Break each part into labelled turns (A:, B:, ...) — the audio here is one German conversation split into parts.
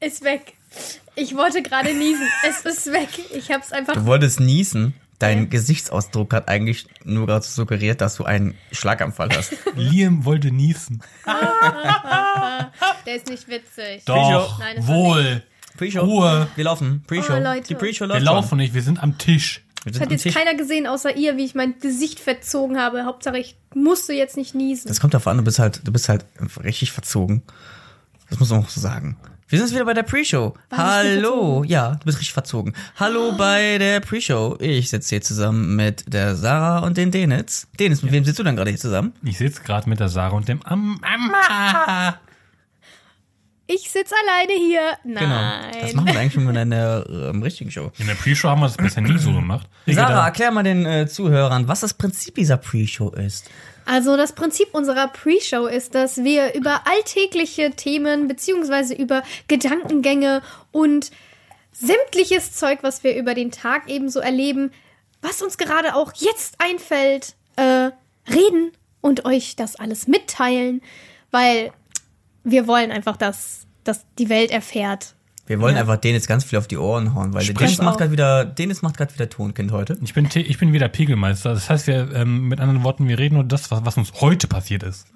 A: Ist weg. Ich wollte gerade niesen. Es ist weg. Ich hab's einfach.
B: Du wolltest niesen. Dein Gesichtsausdruck hat eigentlich nur gerade suggeriert, dass du einen Schlaganfall hast.
C: Liam wollte niesen.
A: Der ist nicht witzig.
C: Doch,
A: Nein, das war
C: wohl.
B: Pre-Show.
C: Ruhe.
B: Wir laufen. Pre-Show.
A: Oh, Leute.
B: Die Pre-Show läuft.
C: Wir laufen nicht, wir sind am Tisch.
B: schon. Wir
A: Das
B: sind
A: hat
B: am
A: jetzt
B: Tisch.
A: keiner gesehen, außer ihr, wie ich mein Gesicht verzogen habe. Hauptsache, ich musste jetzt nicht niesen.
B: Das kommt darauf an, du bist halt, du bist halt richtig verzogen. Das muss man auch so sagen. Wir sind jetzt wieder bei der Pre-Show. Hallo. Ja, du bist richtig verzogen. Hallo
A: Ah.
B: bei der Pre-Show. Ich sitze hier zusammen mit der Sarah und den Denitz. Denitz, mit wem sitzt du denn gerade hier zusammen?
C: Ich sitze gerade mit der Sarah und dem Am Amma.
A: ich sitze alleine hier. Nein.
B: Genau. Das machen wir eigentlich schon mal in der ähm, richtigen Show.
C: In der Pre-Show haben wir das bisher nie so gemacht.
B: Sarah, erklär mal den äh, Zuhörern, was das Prinzip dieser Pre-Show ist.
A: Also das Prinzip unserer Pre-Show ist, dass wir über alltägliche Themen beziehungsweise über Gedankengänge und sämtliches Zeug, was wir über den Tag ebenso erleben, was uns gerade auch jetzt einfällt, äh, reden und euch das alles mitteilen, weil wir wollen einfach, dass, dass die Welt erfährt.
B: Wir wollen einfach den jetzt ganz viel auf die Ohren hauen, weil
C: Sprich
B: Dennis macht
A: auf.
B: gerade wieder, Dennis macht gerade wieder Tonkind heute.
C: Ich bin, Te- ich bin wieder Pegelmeister. Das heißt, wir, ähm, mit anderen Worten, wir reden nur das, was, was uns heute passiert ist.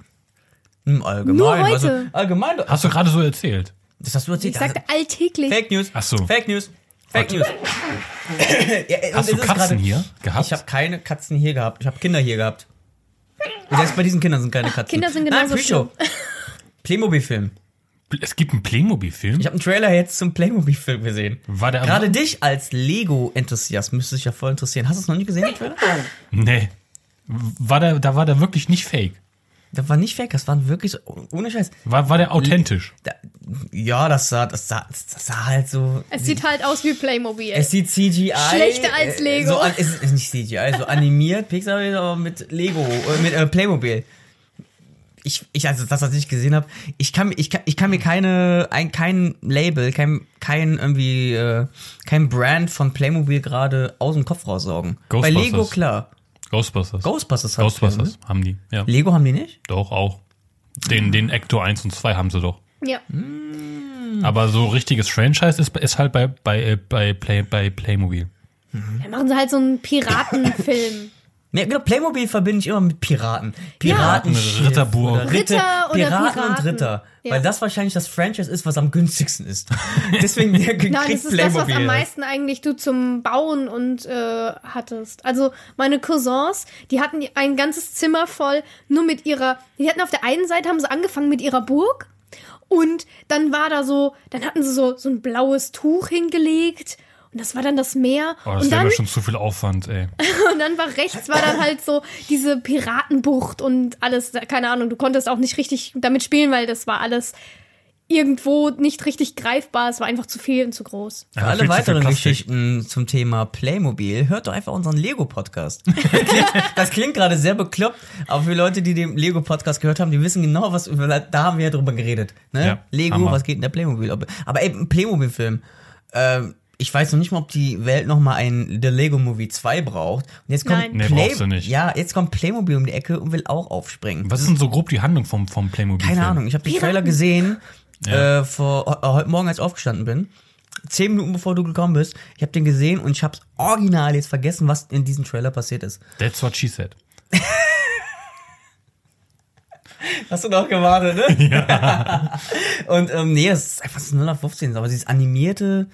B: Im Allgemeinen.
A: Nur heute.
B: Hm, Also, allgemein.
C: Hast du gerade so erzählt?
B: Das hast du erzählt. Also,
A: Ich sagte alltäglich.
B: Fake News.
C: Ach so.
B: Fake News. Fake News. Ja, äh, und
C: Hast
B: es
C: du
B: ist
C: Katzen
B: gerade-
C: hier gehabt?
B: Ich habe keine Katzen hier gehabt. Ich habe Kinder hier gehabt. Und selbst bei diesen Kindern sind keine Katzen.
A: Kinder sind genauso
B: Nein, Pre-Show. Playmobil-Film.
C: es gibt einen Playmobil-Film.
B: Ich habe einen Trailer jetzt zum Playmobil-Film gesehen.
C: War der am-
B: Gerade dich als Lego-Enthusiast müsste ich ja voll interessieren. Hast du es noch nie gesehen, den Trailer?
C: Nee. War der, da war der wirklich nicht fake.
B: Das war nicht fake, das waren wirklich so, ohne Scheiß.
C: War, war der authentisch.
B: Da, ja, das sah, das sah, das sah halt so.
A: Es sieht halt aus wie Playmobil.
B: Es sieht CGI.
A: Schlechter als
B: äh,
A: Lego.
B: So an, es ist nicht CGI, so animiert, Pixar, aber mit Lego, äh, mit äh, Playmobil. Ich, ich, also das, was ich gesehen habe, ich kann, ich, kann, ich kann mir keine, ein, kein Label, kein, kein irgendwie, äh, kein Brand von Playmobil gerade aus dem Kopf raussaugen. Bei
C: Ghostbusters.
B: Lego, klar.
C: Ghostbusters.
B: Ghostbusters ne? hat
C: Ghostbusters haben die. Ja.
B: Lego haben die nicht?
C: Doch, auch. Den, den Ecto 1 und 2 haben sie doch.
A: ja.
C: Aber so richtiges Franchise ist, ist halt bei, bei, äh, bei, Play, bei Playmobil.
A: Dann machen sie halt so einen Piratenfilm.
B: Ja, genau, Playmobil verbinde ich immer mit Piraten. Piraten,
C: Ritterburg.
B: Oder Ritter,
A: Ritter oder
B: Piraten, und
A: Piraten.
B: Ritter.
A: Ja.
B: Weil das wahrscheinlich das Franchise ist, was am günstigsten ist. Deswegen der kriegt
A: Nein, das ist das, was am
B: Playmobil.
A: meisten eigentlich du zum Bauen und äh, hattest. Also meine Cousins, die hatten ein ganzes Zimmer voll, nur mit ihrer. Die hatten auf der einen Seite haben sie angefangen mit ihrer Burg und dann war da so, dann hatten sie so so ein blaues Tuch hingelegt und das war dann das Meer
C: Oh, das
A: und
C: wäre
A: dann
C: mir schon zu viel Aufwand, ey.
A: und dann war rechts war dann halt so diese Piratenbucht und alles, keine Ahnung, du konntest auch nicht richtig damit spielen, weil das war alles irgendwo nicht richtig greifbar, es war einfach zu viel und zu groß.
B: Für
C: Viel zu viel
B: alle weiteren
C: Plastik.
B: Geschichten zum Thema Playmobil, hört doch einfach unseren Lego-Podcast. Das klingt- das klingt gerade sehr bekloppt, aber für Leute, die den Lego-Podcast gehört haben, die wissen genau, was da haben wir ja drüber geredet. Ne?
C: Ja,
B: Lego,
C: Hammer.
B: was geht in der Playmobil? Ob- Aber ey, ein Playmobil-Film. Ähm, ich weiß noch nicht mal, ob die Welt noch mal einen The Lego Movie 2 braucht. Und jetzt kommt
A: Nein. Nee,
C: brauchst du nicht.
B: Ja, jetzt kommt Playmobil um die Ecke und will auch aufspringen.
C: Was ist denn so grob die Handlung vom, vom Playmobil?
B: Keine Ahnung, ich habe den Trailer gesehen äh, vor he- heute Morgen, als ich aufgestanden bin. Zehn Minuten bevor du gekommen bist. Ich habe den gesehen und ich habe original jetzt vergessen, was in diesem Trailer passiert ist.
C: That's what she said.
B: Hast du noch gewartet, ne? Ja. und ähm, nee, es ist einfach so 0815, aber dieses animierte,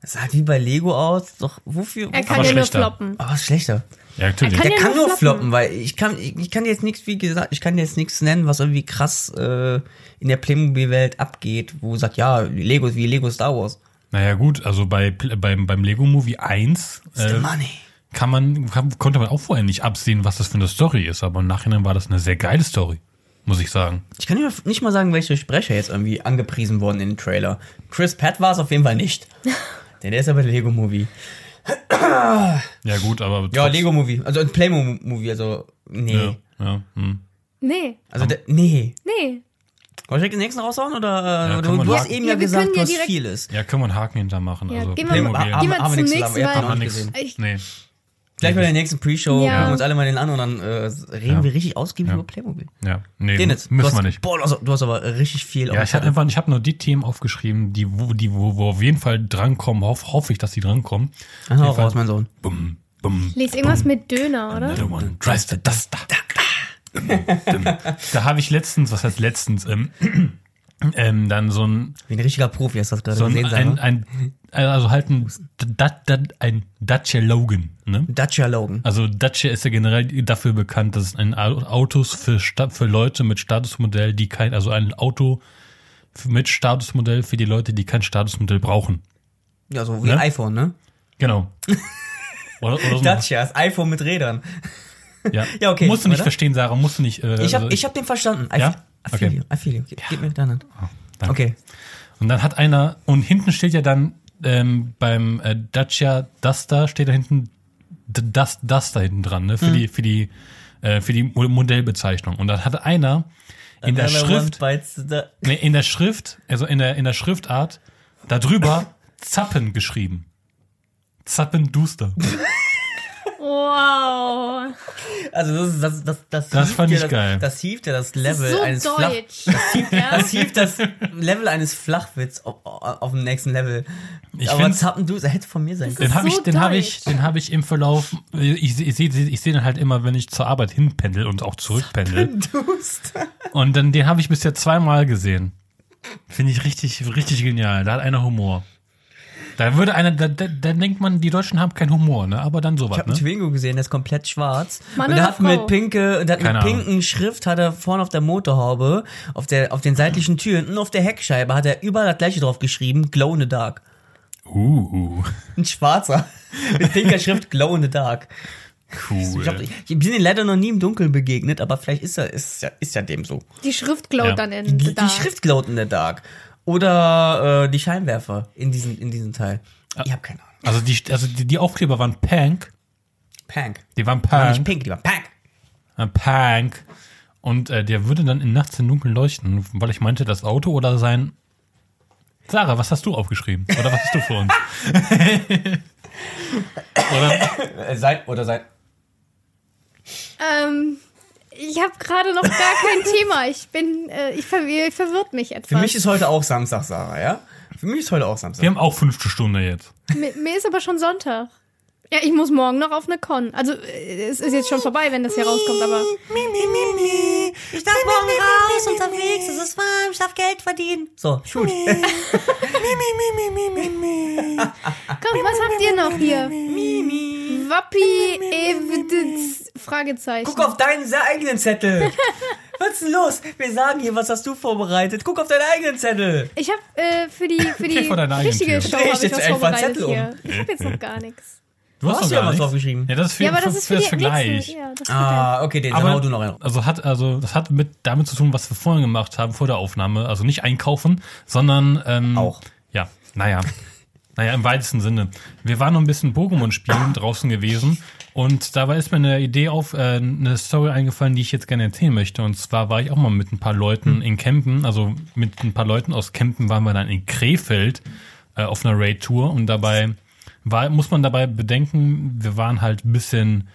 B: es sah halt wie bei Lego aus. Doch, wofür?
A: Er kann
C: Aber
A: ja nur
C: schlechter.
A: floppen.
B: aber was schlechter.
C: Ja, natürlich.
A: Er
B: Der
A: ja
B: kann
A: nur
B: nur
A: floppen.
B: floppen, weil ich kann, ich, ich kann jetzt nichts, wie gesagt, ich kann jetzt nichts nennen, was irgendwie krass äh, in der Playmobil-Welt abgeht, wo sagt, ja, Lego ist wie Lego Star Wars.
C: Naja, gut, also bei, Pl- beim, beim Lego Movie 1
B: It's the
C: äh,
B: money.
C: kann man, kann, konnte man auch vorher nicht absehen, was das für eine Story ist. Aber im Nachhinein war das eine sehr geile Story, muss ich sagen.
B: Ich kann nicht mal- nicht mal sagen, welche Sprecher jetzt irgendwie angepriesen wurden in dem Trailer. Chris Pratt war es auf jeden Fall nicht. Denn der ist ja bei der Lego Movie.
C: Ja, gut, aber.
B: Ja,
C: trotz-
B: Lego Movie. Also ein Playmo Movie. Also, nee.
C: Ja, ja, hm.
A: Nee,
B: Also, der, nee.
A: nee.
B: Wollen wir direkt den nächsten raushauen? Oder äh,
C: Ja, kann
B: du,
C: man
B: du
C: machen.
B: hast eben
A: Ja,
B: ja,
A: wir
B: gesagt,
A: können
B: du
A: ja
B: hast
A: direkt-
B: vieles.
C: ja können wir einen Haken hintermachen.
A: Ja,
C: also
A: gehen wir mal-
C: Playmobil.
A: Gehen wir zum
B: nichts zu labern, ihr
A: nächsten Mal.
B: habt noch nicht
C: Nix.
B: gesehen.
A: Ich-
C: Nee.
B: Gleich bei der nächsten Pre-Show
A: Ja.
B: gucken wir uns alle mal den an und dann äh, reden
C: Mhm. Ja.
B: wir richtig ausgiebig
C: Ja.
B: über Playmobil.
C: Ja, nee,
B: Den jetzt. du
C: müssen
B: hast,
C: wir nicht.
B: Boah, du, hast, du hast aber richtig viel.
C: Ja,
B: auf-
C: ich habe einfach, ich habe nur die Themen aufgeschrieben, die wo, die wo, wo auf jeden Fall drankommen. Hoff, hoffe ich, dass die drankommen.
B: Dann hau
C: Auf jeden
B: raus,
C: Fall.
B: mein Sohn.
C: Bum, bum.
A: Lies irgendwas mit Döner, oder?
C: Another one drives the duster. da habe ich letztens, was heißt letztens, ähm, ähm, dann so ein,
B: Wie ein richtiger Profi hast du das gerade
C: so ein,
B: gesehen,
C: ein,
B: Sarah.
C: ein also halt ein, Dat- Dat- ein Dacia Logan, ne?
B: Dacia Logan.
C: Also Dacia ist ja generell dafür bekannt, dass es ein Au- Autos für, Sta- für Leute mit Statusmodell, die kein, also ein Auto f- mit Statusmodell für die Leute, die kein Statusmodell brauchen.
B: Ja, so wie
C: Ne?
B: ein iPhone, ne?
C: Genau. oder, oder so ein-
B: Dacia, das iPhone mit Rädern.
C: ja.
B: Ja, okay,
C: Musst du nicht
B: weiter.
C: verstehen, Sarah, musst du nicht. Äh,
B: Ich
C: also-
B: hab, ich hab den verstanden. I
C: Ja?
B: feel- I feel
C: Okay. Oh,
B: you, I feel you. Ge- Gib mir deine Hand.
C: danke.
B: Okay.
C: Und dann hat einer, und hinten steht ja dann ähm, beim äh, Dacia Duster, steht da hinten D- das Duster hinten dran, ne? Für
B: Mhm.
C: die, für die, äh, für die Mo- Modellbezeichnung. Und dann hat einer in der
B: Another
C: Schrift,
B: one bites the-
C: nee, in der Schrift, also in der, in der Schriftart, darüber Zappen geschrieben. Zappen Duster.
A: Wow.
B: Also das, ist- das, das, das,
C: Das
B: hieft
C: fand
B: dir
C: ich
B: das,
C: geil.
B: Das hieft ja das Level
A: so
B: eines Also Flach,
A: deutsch. ja?
B: das hieft das Level eines Flachwitz auf, auf dem nächsten Level.
C: Ich
B: Aber
C: find's-
B: Zappen, du, hätte von mir sein
A: Das
B: können.
C: Den habe
A: so
C: ich, den habe ich,
A: deutsch.
C: den habe ich im Verlauf, äh, ich, se- ich sehe ich seh den halt immer, wenn ich zur Arbeit hinpendel und auch zurückpendel.
B: Dust.
C: Und dann, den habe ich bisher zweimal gesehen. Finde ich richtig, richtig genial. Da hat einer Humor. Da würde einer, da, da, dann denkt man, die Deutschen haben keinen Humor, ne? Aber dann
B: Ich
C: sowas,
B: habe einen
C: ne?
B: Twingo gesehen, der ist komplett schwarz.
A: Mann
B: und der
A: oder
B: hat
A: Frau?
B: mit pinke, der hat mit
C: Keine Ahnung.
B: pinken Schrift hat er vorne auf der Motorhaube, auf der auf den seitlichen Türen und auf der Heckscheibe hat er überall das gleiche drauf geschrieben, Glow in the Dark.
C: Uh,
B: Ein schwarzer mit pinker Schrift Glow in the Dark.
C: cool.
B: Ich, hab, ich, ich bin ihm leider noch nie im Dunkeln begegnet, aber vielleicht ist er ist ja ist ja dem so.
A: Die Schrift glowt
C: Ja.
A: dann in
B: Die,
A: The
B: die
A: Dark.
B: Schrift Glow in the Dark oder äh, die Scheinwerfer in diesem in diesem Teil. Ich habe keine Ahnung.
C: also die, also die, die Aufkleber waren Punk.
B: Pank.
C: Die waren
B: Die waren nicht
C: Punk.
B: pink, die waren Pank.
C: äh, Punk. Und äh, der würde dann in nachts im Dunkeln leuchten, weil ich meinte, das Auto oder sein. Sarah, was hast du aufgeschrieben? Oder was hast du für uns? oder,
B: Äh, sein oder sein.
A: Ähm, ich habe gerade noch gar kein Thema. Ich bin, äh, ich, ver ihr verwirrt mich etwas.
B: Für mich ist heute auch Samstag, Sarah, ja? Für mich ist heute auch Samstag.
C: wir haben auch fünfte Stunde jetzt.
A: mir, mir ist aber schon Sonntag. Ja, ich muss morgen noch auf eine Con. Also, äh, es ist jetzt schon vorbei, wenn das hier rauskommt, aber.
D: Ich darf morgen raus unterwegs, es ist warm, ich darf Geld verdienen.
B: So, gut.
A: Komm, was habt ihr noch hier? Wappi Evidenz? Fragezeichen.
B: Guck auf deinen sehr eigenen Zettel. Was ist denn los? Wir sagen hier, was hast du vorbereitet? Guck auf deinen eigenen Zettel.
A: Ich habe äh, für die, für die
C: vor deine eigene
A: richtige
C: Tür.
A: Show
B: Dreh ich
A: hab ich
B: jetzt
A: was
B: einfach einen
A: vorbereitet
B: Zettel um.
A: hier. Ich habe jetzt noch gar nichts.
C: Du
B: hast ja
C: gar
B: was
C: nichts.
B: draufgeschrieben.
C: Ja, das ist für,
A: Ja, aber das
C: für,
A: ist für, die
C: Vergleich.
A: nächsten. Ja, das ah.
B: Ah, okay, den
C: Aber
B: aber hau du noch einen.
C: also hat also das hat mit damit zu tun, was wir vorhin gemacht haben vor der Aufnahme. Also nicht einkaufen, sondern ähm,
B: Auch.
C: Ja, naja, naja im weitesten Sinne. Wir waren noch ein bisschen Pokémon spielen draußen gewesen und dabei ist mir eine Idee auf äh, eine Story eingefallen, die ich jetzt gerne erzählen möchte. Und zwar war ich auch mal mit ein paar
B: Hm.
C: Leuten in Kempen, also mit ein paar Leuten aus Kempen waren wir dann in Krefeld äh, auf einer Raid-Tour und dabei war, muss man dabei bedenken, wir waren halt ein bisschen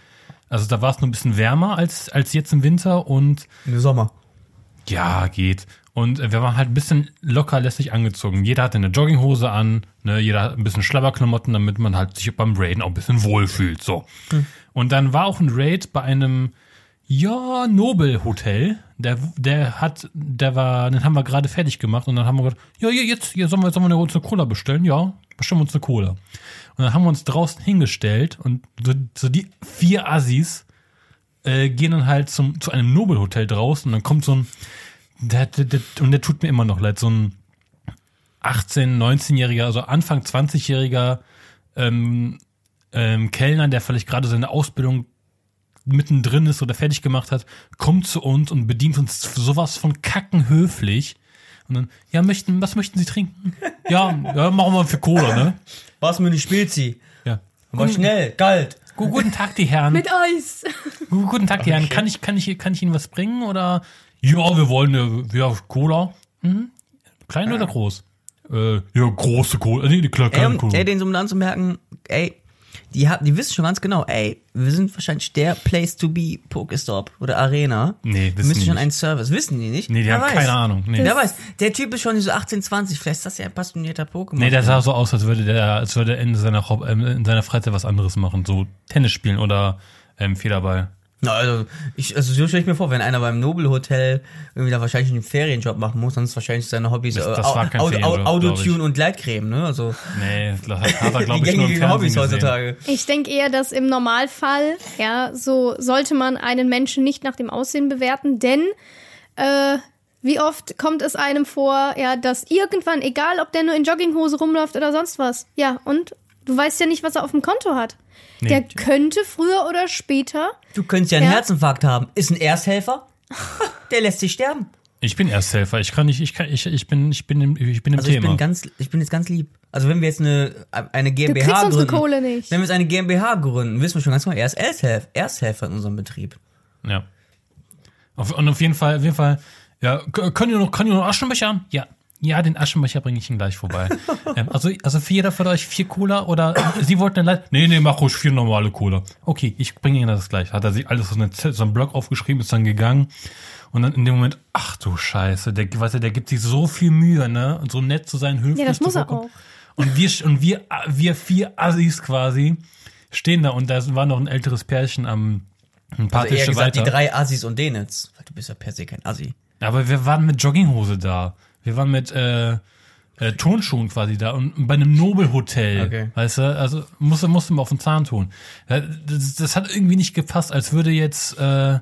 C: also da war es nur ein bisschen wärmer als, als jetzt im Winter und
B: Im Sommer.
C: ja, geht. Und äh, wir waren halt ein bisschen locker lässig angezogen. Jeder hatte eine Jogginghose an, ne, jeder hat ein bisschen Schlabberklamotten, damit man halt sich beim Raiden auch ein bisschen wohlfühlt. So. Und dann war auch ein Raid bei einem ja, Nobel Hotel. Der, der hat, der war, den haben wir gerade fertig gemacht und dann haben wir gesagt, ja, ja, jetzt, ja, sollen wir, sollen wir uns eine Cola bestellen? Ja, bestellen wir uns eine Cola. Und dann haben wir uns draußen hingestellt und so, so die vier Assis äh, gehen dann halt zum, zu einem Nobel Hotel draußen und dann kommt so ein, der, der, der, und der tut mir immer noch leid, so ein 18-, 19-Jähriger, also Anfang 20-Jähriger ähm, ähm, Kellner, der vielleicht gerade seine Ausbildung mittendrin ist oder fertig gemacht hat, kommt zu uns und bedient uns sowas von kackenhöflich. Und dann, ja, möchten, was möchten Sie trinken? Ja, ja machen wir für Cola, ne?
B: Was mir nicht spielt sie.
C: Ja.
B: Aber schnell, kalt.
C: Gu- Guten Tag, die Herren.
A: Mit Eis.
C: Gu- Guten Tag, Jan. Kann ich, kann, ich, kann ich Ihnen was bringen? Oder? Ja, wir wollen äh, ja, Cola. Mhm. Klein oder groß? Äh, ja, große Cola. Nee, die kleine
B: Ey,
C: kleine
B: um,
C: Cola.
B: ey, den so um anzumerken, ey, die, haben, die wissen schon ganz genau, ey, wir sind wahrscheinlich der Place to be Pokestop oder Arena.
C: Nee, wissen
B: wir müssen
C: die
B: schon
C: nicht.
B: einen Service. Wissen die nicht?
C: Nee, die
B: Wer
C: haben
B: weiß.
C: keine Ahnung. Nee.
B: Wer weiß, der Typ ist schon so 18, 20, vielleicht ist das ja ein passionierter Pokémon.
C: Nee, der sah so aus, als würde der, als würde er in seiner, Hob- ähm, in seiner Freizeit was anderes machen. So Tennis spielen oder ähm, Federball.
B: Na, also, ich, also so stelle ich mir vor, wenn einer beim Nobelhotel irgendwie da wahrscheinlich einen Ferienjob machen muss, dann ist wahrscheinlich seine Hobbys
C: Das-
B: äh,
C: das war kein
B: Au- Au-
C: Ferienjob, glaub ich.
B: Autotune und Gleitcreme, ne? Also
C: Nee, das hat er,
B: die
C: glaube ich, nur im
B: gängigen
C: Fernsehen
B: Hobbys
C: gesehen.
B: heutzutage.
A: Ich denke eher, dass im Normalfall, ja, so sollte man einen Menschen nicht nach dem Aussehen bewerten, denn äh, wie oft kommt es einem vor, ja, dass irgendwann, egal ob der nur in Jogginghose rumläuft oder sonst was, ja, und du weißt ja nicht, was er auf dem Konto hat. der könnte früher oder später.
B: Du könntest ja einen
A: Ja.
B: Herzinfarkt haben. Ist ein Ersthelfer? Der lässt sich sterben.
C: Ich bin Ersthelfer. Ich kann nicht, ich kann, ich, ich bin, ich bin im, ich bin im
B: Also ich
C: Thema.
B: bin ganz, ich bin jetzt ganz lieb. Also wenn wir jetzt eine, eine GmbH
A: kriegst
B: gründen,
A: unsere Kohle nicht.
B: wenn wir jetzt eine GmbH gründen, wissen wir schon ganz genau, er ist Ersthelf, Ersthelfer in unserem Betrieb.
C: ja. Auf, und auf jeden Fall, auf jeden Fall, ja, k- können wir noch, können wir noch Aschenbecher haben? Ja. Ja, den Aschenbecher bringe ich Ihnen gleich vorbei. ähm, also, also für jeder von euch vier Cola oder äh, Sie wollten eine Leit. Nee, nee, mach ruhig vier normale Cola. Okay, ich bringe Ihnen das gleich. Hat er sich alles so, eine, Ze- so einen Blog aufgeschrieben, ist dann gegangen. Und dann in dem Moment, ach du Scheiße, der, weißt du, der gibt sich so viel Mühe, ne? Und so nett zu sein, höflich
A: Ja, das
C: zu
A: muss er
C: vorkommen.
A: auch.
C: Und wir, und wir, wir vier Assis quasi stehen da und da war noch ein älteres Pärchen am ein paar
B: Also eher
C: Tische
B: gesagt,
C: weiter.
B: die drei Assis und den jetzt. Weil du bist ja per se kein Assi.
C: Aber wir waren mit Jogginghose da. Wir waren mit äh, äh, Tonschuhen quasi da und bei einem Nobelhotel.
B: Okay.
C: Weißt du, also musste, musste man auf den Zahn tun. Ja, Das, das hat irgendwie nicht gepasst, als würde jetzt, äh,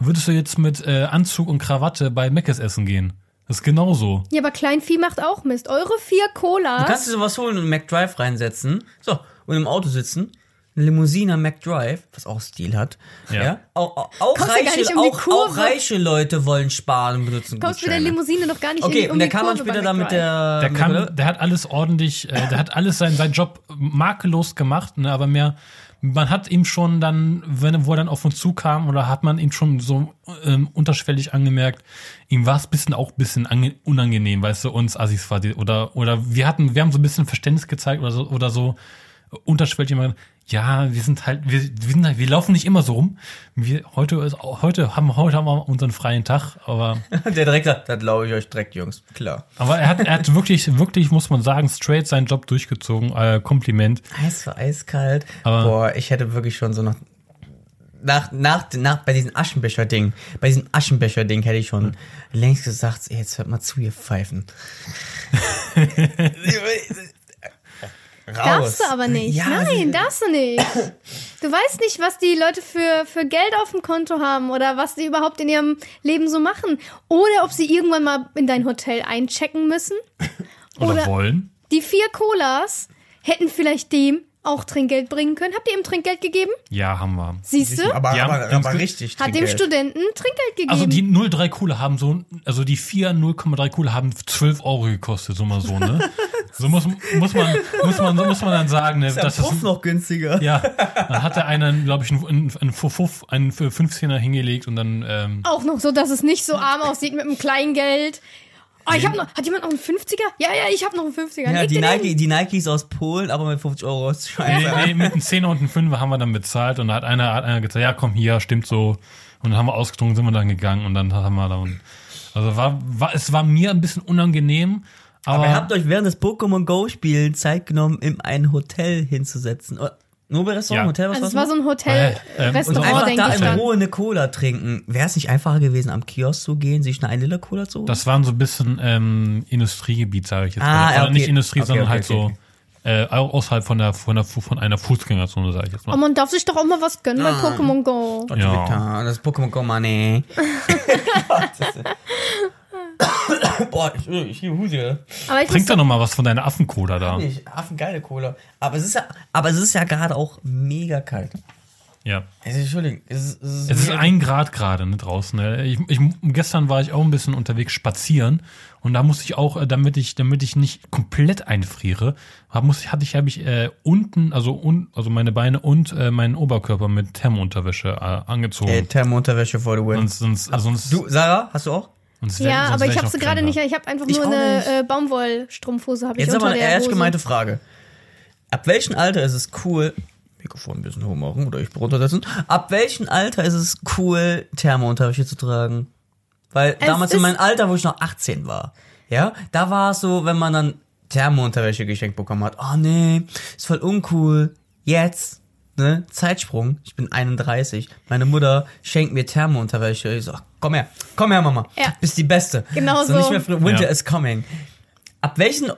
C: würdest du jetzt mit äh, Anzug und Krawatte bei Meckes essen gehen. Das ist genauso.
A: Ja, aber Kleinvieh macht auch Mist. Eure vier
B: Du
A: Colas.
B: kannst dir sowas holen und McDrive reinsetzen. So, und im Auto sitzen. Eine Limousine McDrive, was auch Stil hat.
C: Ja.
B: Ja. Auch, auch, auch,
A: Kommst du gar nicht
B: reiche,
A: um die
B: auch,
A: Kurve.
B: auch reiche Leute wollen sparen und benutzen
A: Kommst mit der
B: Gutscheine.
A: Limousine noch gar nicht in
B: Okay,
A: die, um
B: und der
A: die
B: kam dann
A: Kurve
B: später
A: bei
B: da mit
A: McDrive.
B: der.
C: Der,
B: mit
C: kann, der hat alles ordentlich, äh, der hat alles sein, sein Job makellos gemacht, ne, aber mehr, man hat ihm schon dann, wenn, wo er dann auf uns zukam, oder hat man ihm schon so ähm, unterschwellig angemerkt, ihm war es bisschen auch ein bisschen ange unangenehm, weißt du, uns Assis war die, oder, oder wir hatten, wir haben so ein bisschen Verständnis gezeigt oder so, oder so äh, unterschwellig immer, ja, wir sind halt, wir, wir, sind halt, wir laufen nicht immer so rum. Wir, heute, ist, heute, haben, heute haben wir unseren freien Tag, aber
B: der direkt sagt, das glaube ich euch direkt, Jungs. Klar.
C: aber er hat, er hat wirklich, wirklich, muss man sagen, straight seinen Job durchgezogen. Äh, Kompliment.
B: Eis war eiskalt.
C: Aber-
B: Boah, ich hätte wirklich schon so noch. Nach, nach, nach, bei diesem Aschenbecher-Ding, bei diesem Aschenbecher-Ding hätte ich
C: Hm.
B: schon längst gesagt, ey, jetzt hört mal zu, ihr Pfeifen. Raus.
A: Darfst du aber nicht.
B: Ja, das
A: Nein, darfst du nicht. Du weißt nicht, was die Leute für, für Geld auf dem Konto haben oder was die überhaupt in ihrem Leben so machen. Oder ob sie irgendwann mal in dein Hotel einchecken müssen.
C: Oder,
A: Oder-
C: wollen.
A: Die vier Colas hätten vielleicht dem auch Trinkgeld bringen können. Habt ihr ihm Trinkgeld gegeben?
C: Ja, haben wir.
A: Siehst du?
B: Aber,
C: Ja,
B: aber,
C: ganz
B: aber
C: gut.
B: richtig.
A: Hat dem
B: Trinkgeld.
A: Studenten Trinkgeld gegeben.
C: Also die 0,3 Kohle haben so, also die 4 0,3 Kohle haben 12 Euro gekostet, so mal so, ne? So muss, muss man, muss man, muss man dann sagen, ne?
B: Das
C: dass
B: ist
C: das,
B: noch günstiger.
C: ja, dann hat er einen, glaube ich, einen, einen, Fuff- einen 15er hingelegt und dann, ähm,
A: auch noch so, dass es nicht so arm aussieht mit dem Kleingeld. Ah, ich hab noch, hat jemand noch einen 50er? Ja, ja, ich habe noch einen 50er.
B: Ja,
A: Leg
B: die,
A: den hin.
B: Nike, die Nikes aus Polen, aber mit 50 Euro aus
C: Nee,
B: Schweiz.
C: nee, mit einem Zehner und einem Fünfer haben wir dann bezahlt und da hat einer, hat einer gesagt, ja komm hier, stimmt so. Und dann haben wir ausgetrunken, sind wir dann gegangen und dann haben wir dann. Also war, war es war mir ein bisschen unangenehm, aber,
B: Aber ihr habt euch während des Pokémon Go Spielen Zeit genommen, in ein Hotel hinzusetzen. Oder- Nur bei Restaurant,
C: Ja.
B: Hotel, was
A: also es
B: war's
A: war so ein Hotel,
C: Äh, ähm,
B: Und
C: Doch,
A: Restaurant,
B: einfach
A: denke
B: da
A: ich
B: in
A: dann.
B: Ruhe eine Cola trinken. Wäre es nicht einfacher gewesen, am Kiosk zu gehen, sich eine 1 Liter Cola zu holen?
C: das waren so ein bisschen ähm, Industriegebiet, sage ich jetzt
B: Ah,
C: mal. Oder
B: ja, okay.
C: nicht Industrie,
B: Okay,
C: sondern
B: okay,
C: halt
B: okay,
C: so äh, au- außerhalb von der von der von einer Fußgängerzone, sage ich jetzt
A: Oh,
C: mal.
A: man darf sich doch auch mal was gönnen bei
B: Ah.
A: Pokémon Go.
B: Oh,
C: Ja.
B: Twitter, das Pokémon Go Money. Boah, ich, ich liebe Huse.
A: Aber ich
C: Trink
A: muss
C: doch noch mal was von deiner Affenkoda da.
B: Ich Affen geile Cola. Aber es ist ja, aber es ist ja gerade auch mega kalt.
C: Ja.
B: Also, Entschuldigung, es ist, es ist,
C: Es ist ein Grad gerade ne, draußen. ne. Ich, ich, gestern war ich auch ein bisschen unterwegs spazieren und da musste ich auch, äh, damit ich, damit ich nicht komplett einfriere, hab- muss ich, hatte ich, habe ich äh, unten, also un, also meine Beine und äh, meinen Oberkörper mit Thermounterwäsche äh, angezogen.
B: Ey, Thermounterwäsche for the win.
C: sonst, sonst, äh, sonst,
B: Du, Sarah, hast du auch?
C: sonst wär-
A: ja,
C: sonst
A: aber
C: wär
A: ich habe
C: noch
A: sie gerade
C: kränker.
A: nicht. Ich habe einfach
B: Ich
A: nur
B: auch
A: eine
B: nicht.
A: äh, Baumwollstrumpfhose habe ich
B: Jetzt
A: unter
B: aber eine
A: der
B: ehrlich
A: Hose.
B: gemeinte Frage. Ab welchem Alter ist es cool, Mikrofon ein bisschen hoch machen oder ich runtersetzen. Ab welchem Alter ist es cool, Thermounterwäsche zu tragen? Weil
A: Es
B: damals in
A: ist-
B: meinem Alter, wo ich noch 18 war, ja, da war es so, wenn man dann Thermounterwäsche geschenkt bekommen hat, oh nee, ist voll uncool. Jetzt, ne, Zeitsprung, ich bin 31, meine Mutter schenkt mir Thermounterwäsche. Ich so, ach, komm her, komm her, Mama,
A: Ja.
B: bist die Beste.
A: Genau
B: Nicht
A: so.
B: mehr fr- Winter
C: Ja.
B: is coming. Ab welchen,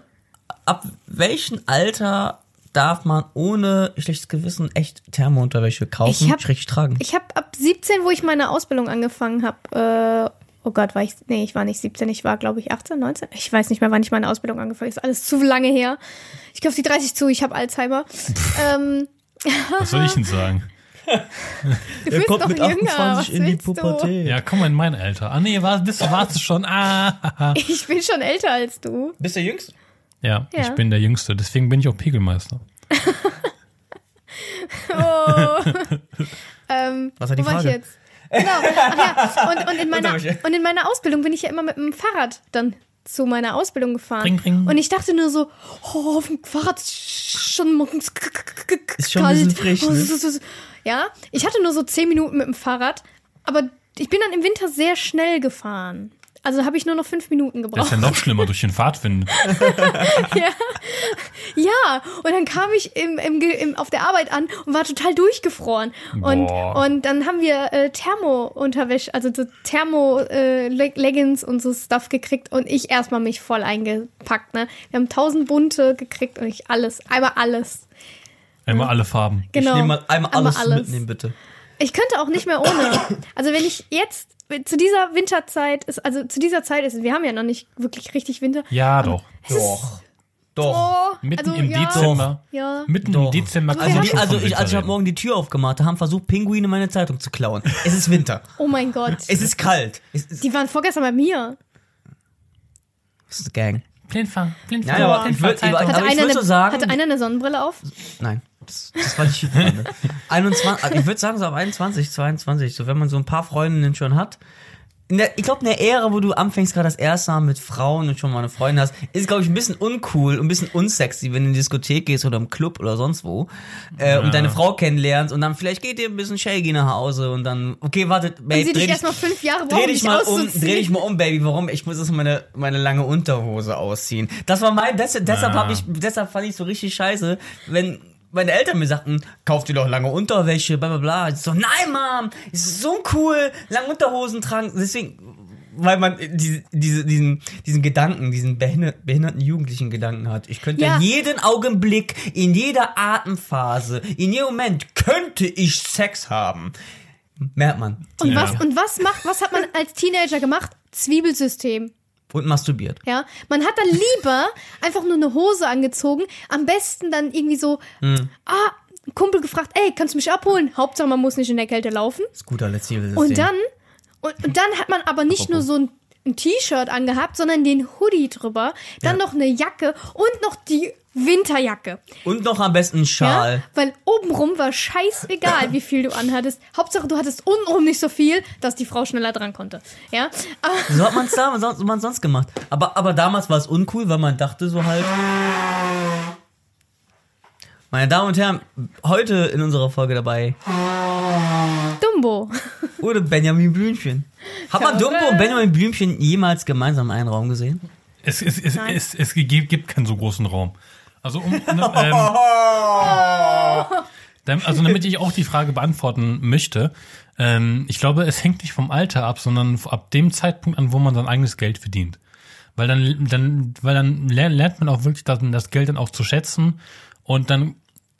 B: ab welchen Alter darf man ohne schlechtes Gewissen echt Thermounterwäsche kaufen,
A: Ich hab-
B: schräg tragen?
A: Ich habe ab 17, wo ich meine Ausbildung angefangen habe, äh, oh Gott, war ich, nee, ich war nicht 17, ich war, glaube ich, 18, 19. Ich weiß nicht mehr, wann ich meine Ausbildung angefangen habe. Ist alles zu lange her. Ich kaufe die 30 zu, ich habe Alzheimer. ähm,
C: Was soll ich denn sagen?
A: du bist doch jünger, was willst Du?
C: Ja, komm mal in mein Alter. Ah, nee, war, bist, warst du schon. Ah, haha.
A: Ich bin schon älter als du.
B: Bist du jüngst?
C: ja,
A: Ja.
C: ich bin der Jüngste. Deswegen bin ich auch Pegelmeister.
A: Oh. ähm,
B: Was war die
A: wo war ich
B: Frage?
A: jetzt? Genau. Ach ja. und, und, in meiner,
B: Unterwäsche.
A: und in meiner Ausbildung bin ich ja immer mit dem Fahrrad dann zu meiner Ausbildung gefahren.
C: Ring, ring.
A: Und ich dachte nur so, oh, auf dem Fahrrad ist schon morgens k- k- k-
B: Ist schon ein
A: kalt.
B: bisschen frisch,
A: Oh,
B: ne?
A: so, so, so. Ja, ich hatte nur so zehn Minuten mit dem Fahrrad, aber ich bin dann im Winter sehr schnell gefahren. Also habe ich nur noch fünf Minuten
C: Das
A: gebraucht.
C: ist ja noch schlimmer durch den Pfadfinden.
A: Ja, und dann kam ich im, im, Ge- im, auf der Arbeit an und war total durchgefroren. Und,
C: Boah.
A: und dann haben wir äh, Thermo-Unterwäsche, also so Thermo-Leggings und so Stuff gekriegt und ich erstmal mich voll eingepackt. Ne? Wir haben tausend bunte gekriegt und ich alles, einmal alles.
C: Immer alle Farben.
A: Genau.
B: Ich nehme mal einmal alles,
A: Einmal
B: mitnehmen, bitte.
A: Ich könnte auch nicht mehr ohne. Also wenn ich jetzt zu dieser Winterzeit ist, also zu dieser Zeit ist, wir haben ja noch nicht wirklich richtig Winter.
C: Ja, doch.
A: Es ist-
B: Doch.
A: Oh,
C: Mitten
A: also,
C: im
A: ja,
C: Dezember.
A: Ja.
C: Mitten
B: Doch.
C: im Dezember
A: Aber
B: Also,
A: wir
C: man
B: die,
C: schon
B: also
C: vom
B: ich,
C: Winter
B: als ich heute
C: reden.
B: Morgen die Tür aufgemacht habe, haben versucht, Pinguine meine Zeitung zu klauen. Es ist Winter.
A: Oh mein Gott.
B: es ist kalt. Es ist,
A: Die waren vorgestern bei mir.
B: es ist Gang.
C: Blindfang, Blindfang,
B: Nein, aber ich
C: Blindfang.
B: würde aber,
A: Hatte
B: aber ich
A: einer,
B: würd
A: eine,
B: so sagen.
A: hatte einer eine Sonnenbrille auf?
B: Nein, das, das war nicht viel. Freunde. 21, also ne? ich würde sagen, so ab 21, 22, so wenn man so ein paar Freundinnen schon hat. In der, ich glaube, in der Ära, wo du anfängst, gerade das erste Mal mit Frauen und schon mal eine Freundin hast, ist, glaube ich, ein bisschen uncool und ein bisschen unsexy, wenn du in die Diskothek gehst oder im Club oder sonst wo äh, und deine Frau kennenlernst und dann vielleicht geht dir ein bisschen shaggy nach Hause und dann, okay, wartet,
A: Und
B: Babe,
A: sie
B: dreh
A: dich
B: dich,
A: erstmal fünf Jahre brauchen,
B: dreh dich
A: dich
B: mal um,
A: auszuziehen.
B: dreh dich mal um, Baby, warum? Ich muss jetzt meine, meine lange Unterhose ausziehen. Das war mein, des, deshalb
C: Ah.
B: habe ich, deshalb fand ich so richtig scheiße, wenn meine Eltern mir sagten, kauf dir doch lange Unterwäsche, bla bla bla. Ich so, nein, Mom, es ist so cool, lange Unterhosen tragen. Deswegen, weil man diese, diese, diesen, diesen Gedanken, diesen behindert- behinderten jugendlichen Gedanken hat. Ich könnte
A: Ja.
B: ja jeden Augenblick, in jeder Atemphase, in jedem Moment könnte ich Sex haben. Merkt man.
A: Und,
C: Ja.
A: was, und was macht, was hat man als Teenager gemacht? Zwiebelsystem.
B: Und masturbiert.
A: Ja, man hat dann lieber einfach nur eine Hose angezogen. Am besten dann irgendwie so,
B: Hm.
A: ah, Kumpel gefragt, ey, kannst du mich abholen? Hauptsache, man muss nicht in der Kälte laufen.
B: Scooter, let's see
A: Und dann, und, und dann hat man aber nicht nur so ein, ein T-Shirt angehabt, sondern den Hoodie drüber, dann noch eine Jacke und noch die Winterjacke.
B: Und noch am besten einen Schal.
A: Ja, weil obenrum war scheißegal, wie viel du anhattest. Hauptsache, du hattest untenrum nicht so viel, dass die Frau schneller dran konnte. Ja, Ah, aber
B: So hat man es damals sonst, man sonst gemacht. Aber, aber damals war es uncool, weil man dachte so halt. Meine Damen und Herren, heute in unserer Folge dabei
A: Dumbo.
B: wurde Benjamin Blümchen. Hat man
A: Verrückt.
B: Dumbo und Benjamin Blümchen jemals gemeinsam in einem Raum gesehen?
C: Es, es, es, es, es gibt, gibt keinen so großen Raum. Also, um, ne, ähm, dam- also damit ich auch die Frage beantworten möchte, ähm, ich glaube, es hängt nicht vom Alter ab, sondern ab dem Zeitpunkt an, wo man sein eigenes Geld verdient. Weil dann, dann, weil dann ler- lernt man auch wirklich das, das Geld dann auch zu schätzen und dann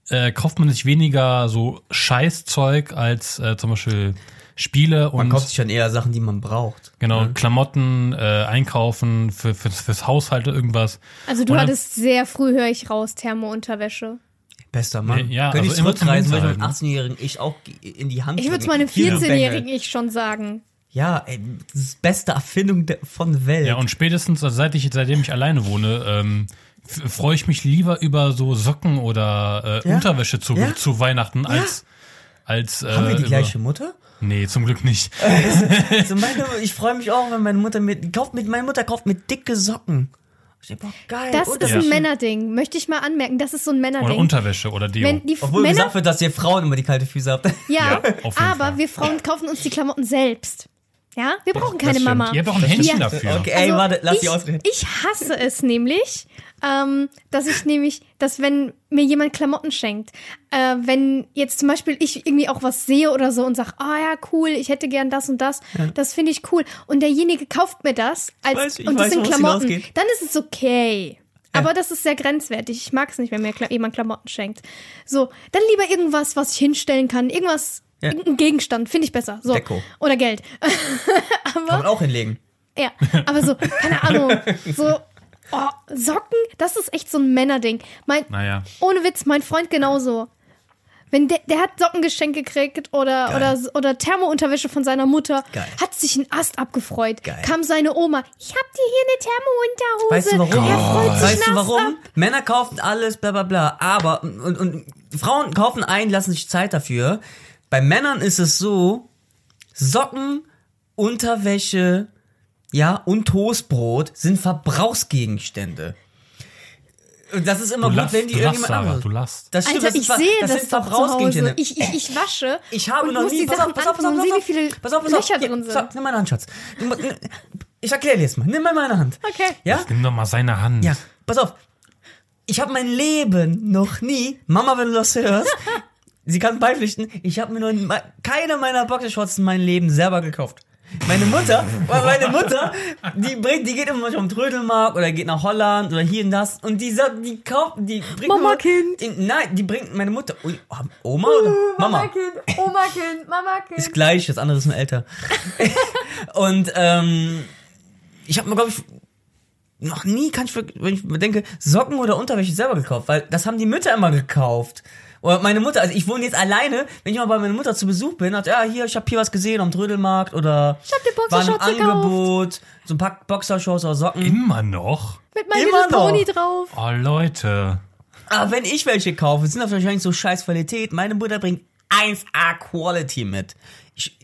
C: äh, kauft man sich weniger so Scheißzeug als äh, zum Beispiel Spiele und
B: Man kauft sich dann eher Sachen, die man braucht.
C: genau Klamotten, äh, Einkaufen für, fürs, fürs Haushalt irgendwas.
A: Also du
C: Und dann-
A: hattest sehr früh, höre ich raus, Thermounterwäsche.
B: Bester Mann.
C: Ja,
B: Könnte
C: also
B: ich
C: immer zum
B: zurückreisen, würde ich
C: Winter
B: meinem 18-Jährigen ich auch ge- in die Hand
A: Ich würde es
B: drücken.
A: meinem
B: Hier, du Bengel.
A: 14-Jährigen ich schon sagen.
B: Ja, ey, das ist beste Erfindung der, von Welt.
C: Ja, und spätestens also seit ich, seitdem ich alleine wohne, ähm, f- freue ich mich lieber über so Socken oder äh,
B: Ja.
C: Unterwäsche zu,
B: Ja.
C: zu Weihnachten als als äh,
B: Haben wir die Äh,
C: über-
B: gleiche Mutter?
C: Nee, zum Glück nicht.
B: Also meine, ich freue mich auch, wenn meine Mutter mir kauft mit meine Mutter kauft mir dicke Socken. Ich denk, boah, geil.
A: Das ist
B: Unterwäsche.
A: ein Männerding. Möchte ich mal anmerken, das ist so ein
C: Oder
A: Männerding.
C: Unterwäsche oder Deo.
A: Wenn die
B: Obwohl
A: Männer,
B: gesagt wird, dass ihr Frauen immer die kalte Füße habt.
A: ja,
C: Ja, auf jeden
A: aber
C: Fall.
A: wir Frauen kaufen uns die Klamotten selbst. Ja, wir brauchen keine
C: Das stimmt.
A: Mama.
C: Ihr habt auch ein Händchen
A: Ja.
C: dafür.
B: Okay, ey, warte, lass
A: Also ich,
B: die ausreden.
A: Ich hasse es nämlich, ähm, dass ich nämlich, dass wenn mir jemand Klamotten schenkt, äh, wenn jetzt zum Beispiel ich irgendwie auch was sehe oder so und sag, ah ja, cool, ich hätte gern das und das, das finde ich cool. Und derjenige kauft mir das als
B: weiß, ich
A: und
B: weiß,
A: das sind
B: worauf es
A: Klamotten,
B: hinausgeht.
A: dann ist es okay. Aber das ist sehr grenzwertig. Ich mag es nicht, wenn mir Kla jemand Klamotten schenkt. So, dann lieber irgendwas, was ich hinstellen kann. Irgendwas,
B: Ja.
A: irgendein Gegenstand, finde ich besser. So.
B: Deko.
A: Oder Geld.
B: Kann man auch hinlegen.
A: Ja, aber so, keine Ahnung, so oh, Socken, das ist echt so ein Männerding. Mein,
C: Naja.
A: Ohne Witz, mein Freund genauso. Wenn der, der hat Sockengeschenk gekriegt oder, oder, oder Thermounterwäsche von seiner Mutter,
B: Geil.
A: hat sich ein Ast abgefreut.
B: Geil.
A: Kam seine Oma, ich hab dir
B: Weißt
A: hier
B: du
A: eine
B: warum?
A: Thermounterhose. Er freut sich
B: Weißt du
A: nass ab.
B: warum? Männer kaufen alles, bla bla bla. Aber und, und Frauen kaufen ein, lassen sich Zeit dafür. Bei Männern ist es so: Socken, Unterwäsche, ja, und Toastbrot sind Verbrauchsgegenstände. Und das ist immer
C: Du
B: gut,
C: lachst,
B: wenn die
C: du lachst,
B: irgendjemand
C: Sarah,
B: anderes.
C: du lachst.
B: Das stimmt,
A: Alter,
B: das sind
A: ich
B: Ver-
A: sehe
B: das
A: das
B: sind
A: doch zu Hause.
B: Verbrauchsgegenstände.
A: Ich, ich, ich wasche
B: Ich habe
A: und
B: noch
A: muss
B: nie.
A: die Sachen anpassen und sehe, wie viele
B: pass auf, pass auf.
A: Löcher
B: Hier,
A: drin sind.
B: So, nimm meine Hand, Schatz. Du mu- Ich erkläre dir jetzt mal. Nimm mal meine Hand.
A: Okay.
B: Ja?
C: Nimm doch mal seine Hand.
B: Ja, pass auf. Ich habe mein Leben noch nie, Mama, wenn du das hörst, sie kann beipflichten, ich habe mir noch nie- keine meiner Boxershorts in meinem Leben selber gekauft. Meine Mutter, weil meine Mutter, die bringt, die geht immer manchmal um Trödelmark oder geht nach Holland oder hier und das und die sagt, die kauft, die bringt
A: Mama,
B: nur-
A: Kind.
B: In, nein, die bringt meine Mutter. Ui, Oma oder Mama?
A: Kind, Oma Kind, Mama Kind.
B: Ist gleich, das andere ist nur älter. und ähm, ich habe mir, glaube ich, noch nie, kann ich, wirklich- wenn ich mir denke, Socken oder Unterwäsche selber gekauft, weil das haben die Mütter immer gekauft. Oder meine Mutter, also ich wohne jetzt alleine, wenn ich mal bei meiner Mutter zu Besuch bin, hat, ja, hier, ich habe hier was gesehen am Trödelmarkt oder
A: hab dir
B: war im
A: Boxershorts gekauft.
B: Angebot, so ein paar Boxershorts oder Socken.
C: Immer noch?
A: Mit meinem
B: Immer
A: Little Pony
B: noch.
A: drauf.
C: Oh, Leute.
B: Aber Ah, wenn ich welche kaufe, sind das wahrscheinlich so scheiß Qualität. Meine Mutter bringt 1A Quality mit. Ich,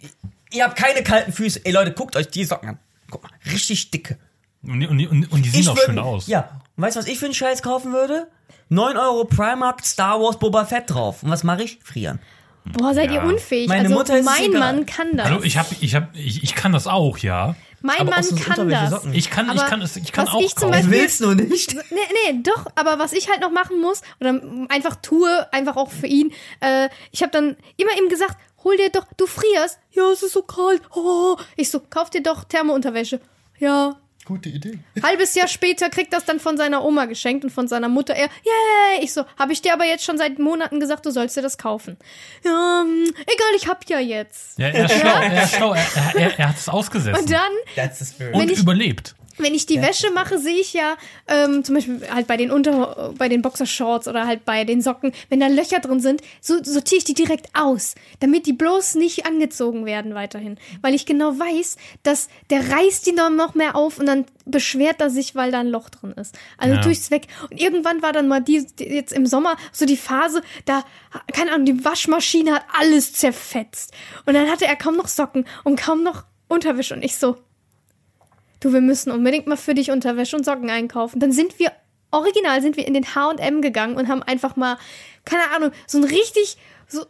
B: ihr habt keine kalten Füße. Ey Leute, guckt euch die Socken an. Guck mal, richtig dicke.
C: Und, die- und, die- und, die- und die sehen
B: ich
C: auch
B: würd-
C: schön aus.
B: Ja. Und weißt du, was ich für einen Scheiß kaufen würde? 9 Euro Primark Star Wars Boba Fett drauf. Und was mache ich? Frieren.
A: Boah, seid
C: Ja.
A: ihr unfähig.
B: Meine
A: also
B: Mutter ist
A: mein
B: egal.
A: Mann kann das.
C: Hallo, ich hab, ich hab, ich, ich kann das auch, ja.
A: mein
B: aber auch
A: Mann
B: so
A: kann
B: Unterwäsche,
A: das.
B: Socken.
C: Ich kann, ich
A: Aber
C: kann, es- ich kann
A: was
C: auch
A: ich zum
C: kaufen.
A: Beispiel-
B: Willst nur nicht?
A: Nee, nee, doch, aber was ich halt noch machen muss, oder einfach tue, einfach auch für ihn, äh, ich habe dann immer ihm gesagt, hol dir doch, du frierst. Ja, es ist so kalt. Oh. Ich so, kauf dir doch Thermounterwäsche. Ja. Gute Idee. Halbes Jahr später kriegt das dann von seiner Oma geschenkt und von seiner Mutter. Er, yay! Ich so, habe ich dir aber jetzt schon seit Monaten gesagt, du sollst dir das kaufen. Ja, mm, egal, ich hab ja jetzt.
C: ja, er ist schlau, er ist schlau, er, er, er, er hat es ausgesessen.
A: Und dann
B: That's the spirit.
C: und
A: ich-
C: überlebt.
A: wenn ich die Wäsche mache, sehe ich ja ähm, zum Beispiel halt bei den Unter bei den Boxershorts oder halt bei den Socken, wenn da Löcher drin sind, so sortiere ich die direkt aus, damit die bloß nicht angezogen werden weiterhin, weil ich genau weiß, dass der reißt die dann noch mehr auf und dann beschwert er sich, weil da ein Loch drin ist. Also
C: Ja.
A: tue ich es weg. Und irgendwann war dann mal die, die jetzt im Sommer so die Phase, da keine Ahnung, die Waschmaschine hat alles zerfetzt und dann hatte er kaum noch Socken und kaum noch Unterwäsche und ich so Du, wir müssen unbedingt mal für dich Unterwäsche und Socken einkaufen. Dann sind wir, original sind wir in den H&M gegangen und haben einfach mal, keine Ahnung, so ein richtig, so,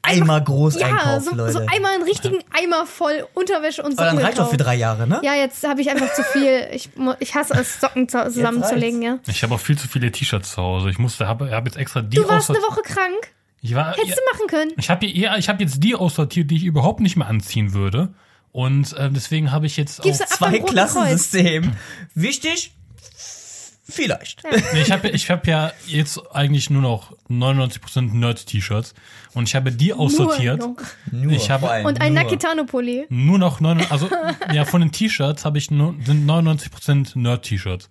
B: Eimer groß
A: ja,
B: einkaufen,
A: so,
B: Leute.
A: so einmal einen richtigen Eimer voll Unterwäsche und
B: Aber
A: Socken
B: dann reicht doch
A: gekauft.
B: für drei Jahre, ne?
A: Ja, jetzt habe ich einfach zu viel. Ich, mu- ich hasse es, Socken zu- zusammenzulegen, ja.
C: Ich habe auch viel zu viele T-Shirts zu Hause. Ich musste, habe hab jetzt extra die
A: Du warst eine
C: aussortiert.
A: Woche krank.
C: Ich war,
A: Hättest
C: ja,
A: du machen können.
C: ich habe ja, ich habe jetzt die aussortiert, die ich überhaupt nicht mehr anziehen würde. Und äh, deswegen habe ich jetzt
A: Gib's
C: auch,
A: ab beim
B: Zwei
A: Roten
B: Klassensystem. Wichtig? Vielleicht.
C: Nee, ich habe ich hab ja jetzt eigentlich nur noch 99% Nerd-T-Shirts und ich habe die aussortiert.
A: noch.
B: Nur,
C: Ich habe-
B: vor allem
A: Und ein
B: nur.
A: Nakitano-Pulli.
C: Nur noch 9, also ja, von den T-Shirts habe ich nur, sind 99% Nerd-T-Shirts.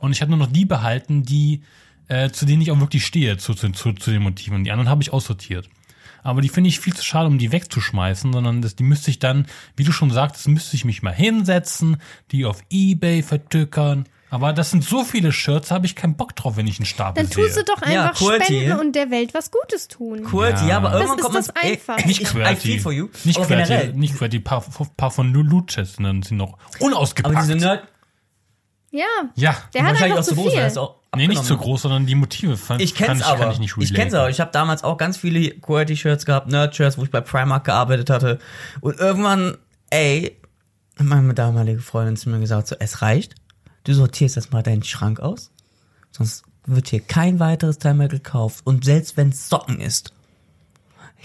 C: Und ich habe nur noch die behalten, die äh, zu denen ich auch wirklich stehe, zu, zu, zu, zu den Motiven. Die anderen habe ich aussortiert. Aber die finde ich viel zu schade, um die wegzuschmeißen, sondern das, die müsste ich dann, wie du schon sagtest, müsste ich mich mal hinsetzen, die auf Ebay vertückern. Aber das sind so viele Shirts, da habe ich keinen Bock drauf, wenn ich einen Stapel
A: Dann tust du
C: sehe.
A: doch einfach
B: Quality.
A: spenden und der Welt was Gutes tun.
B: Qwerty, ja. aber irgendwann
A: ist
B: kommt man
A: das einfach.
B: Ey,
A: Nicht
B: ich- I
C: QWERTY.
B: feel for you.
C: Nicht
B: aber
C: QWERTY,
B: generell.
C: nicht QWERTY, paar, paar von Loot-Chests sind noch
B: Aber
C: unausgepackt.
B: diese Nerd.
A: Ja.
C: Ja.
A: Der hat
B: wahrscheinlich
A: einfach
B: auch zu
A: zu
B: groß,
A: viel.
B: weil es auch
C: Nee, nicht
B: abgenommen
C: zu
B: hat.
C: groß, sondern die Motive fand,
B: Ich kenn's
C: kann, ich,
B: aber.
C: kann ich nicht
B: ich kenn's
C: relaten.
B: aber. Ich habe damals auch ganz viele QWERTY-Shirts gehabt, Nerd-Shirts, wo ich bei Primark gearbeitet hatte. Und irgendwann, ey, hat meine damalige Freundin zu mir gesagt, so, es reicht. Du sortierst jetzt mal deinen Schrank aus. Sonst wird hier kein weiteres Teil mehr gekauft. Und selbst wenn's Socken ist,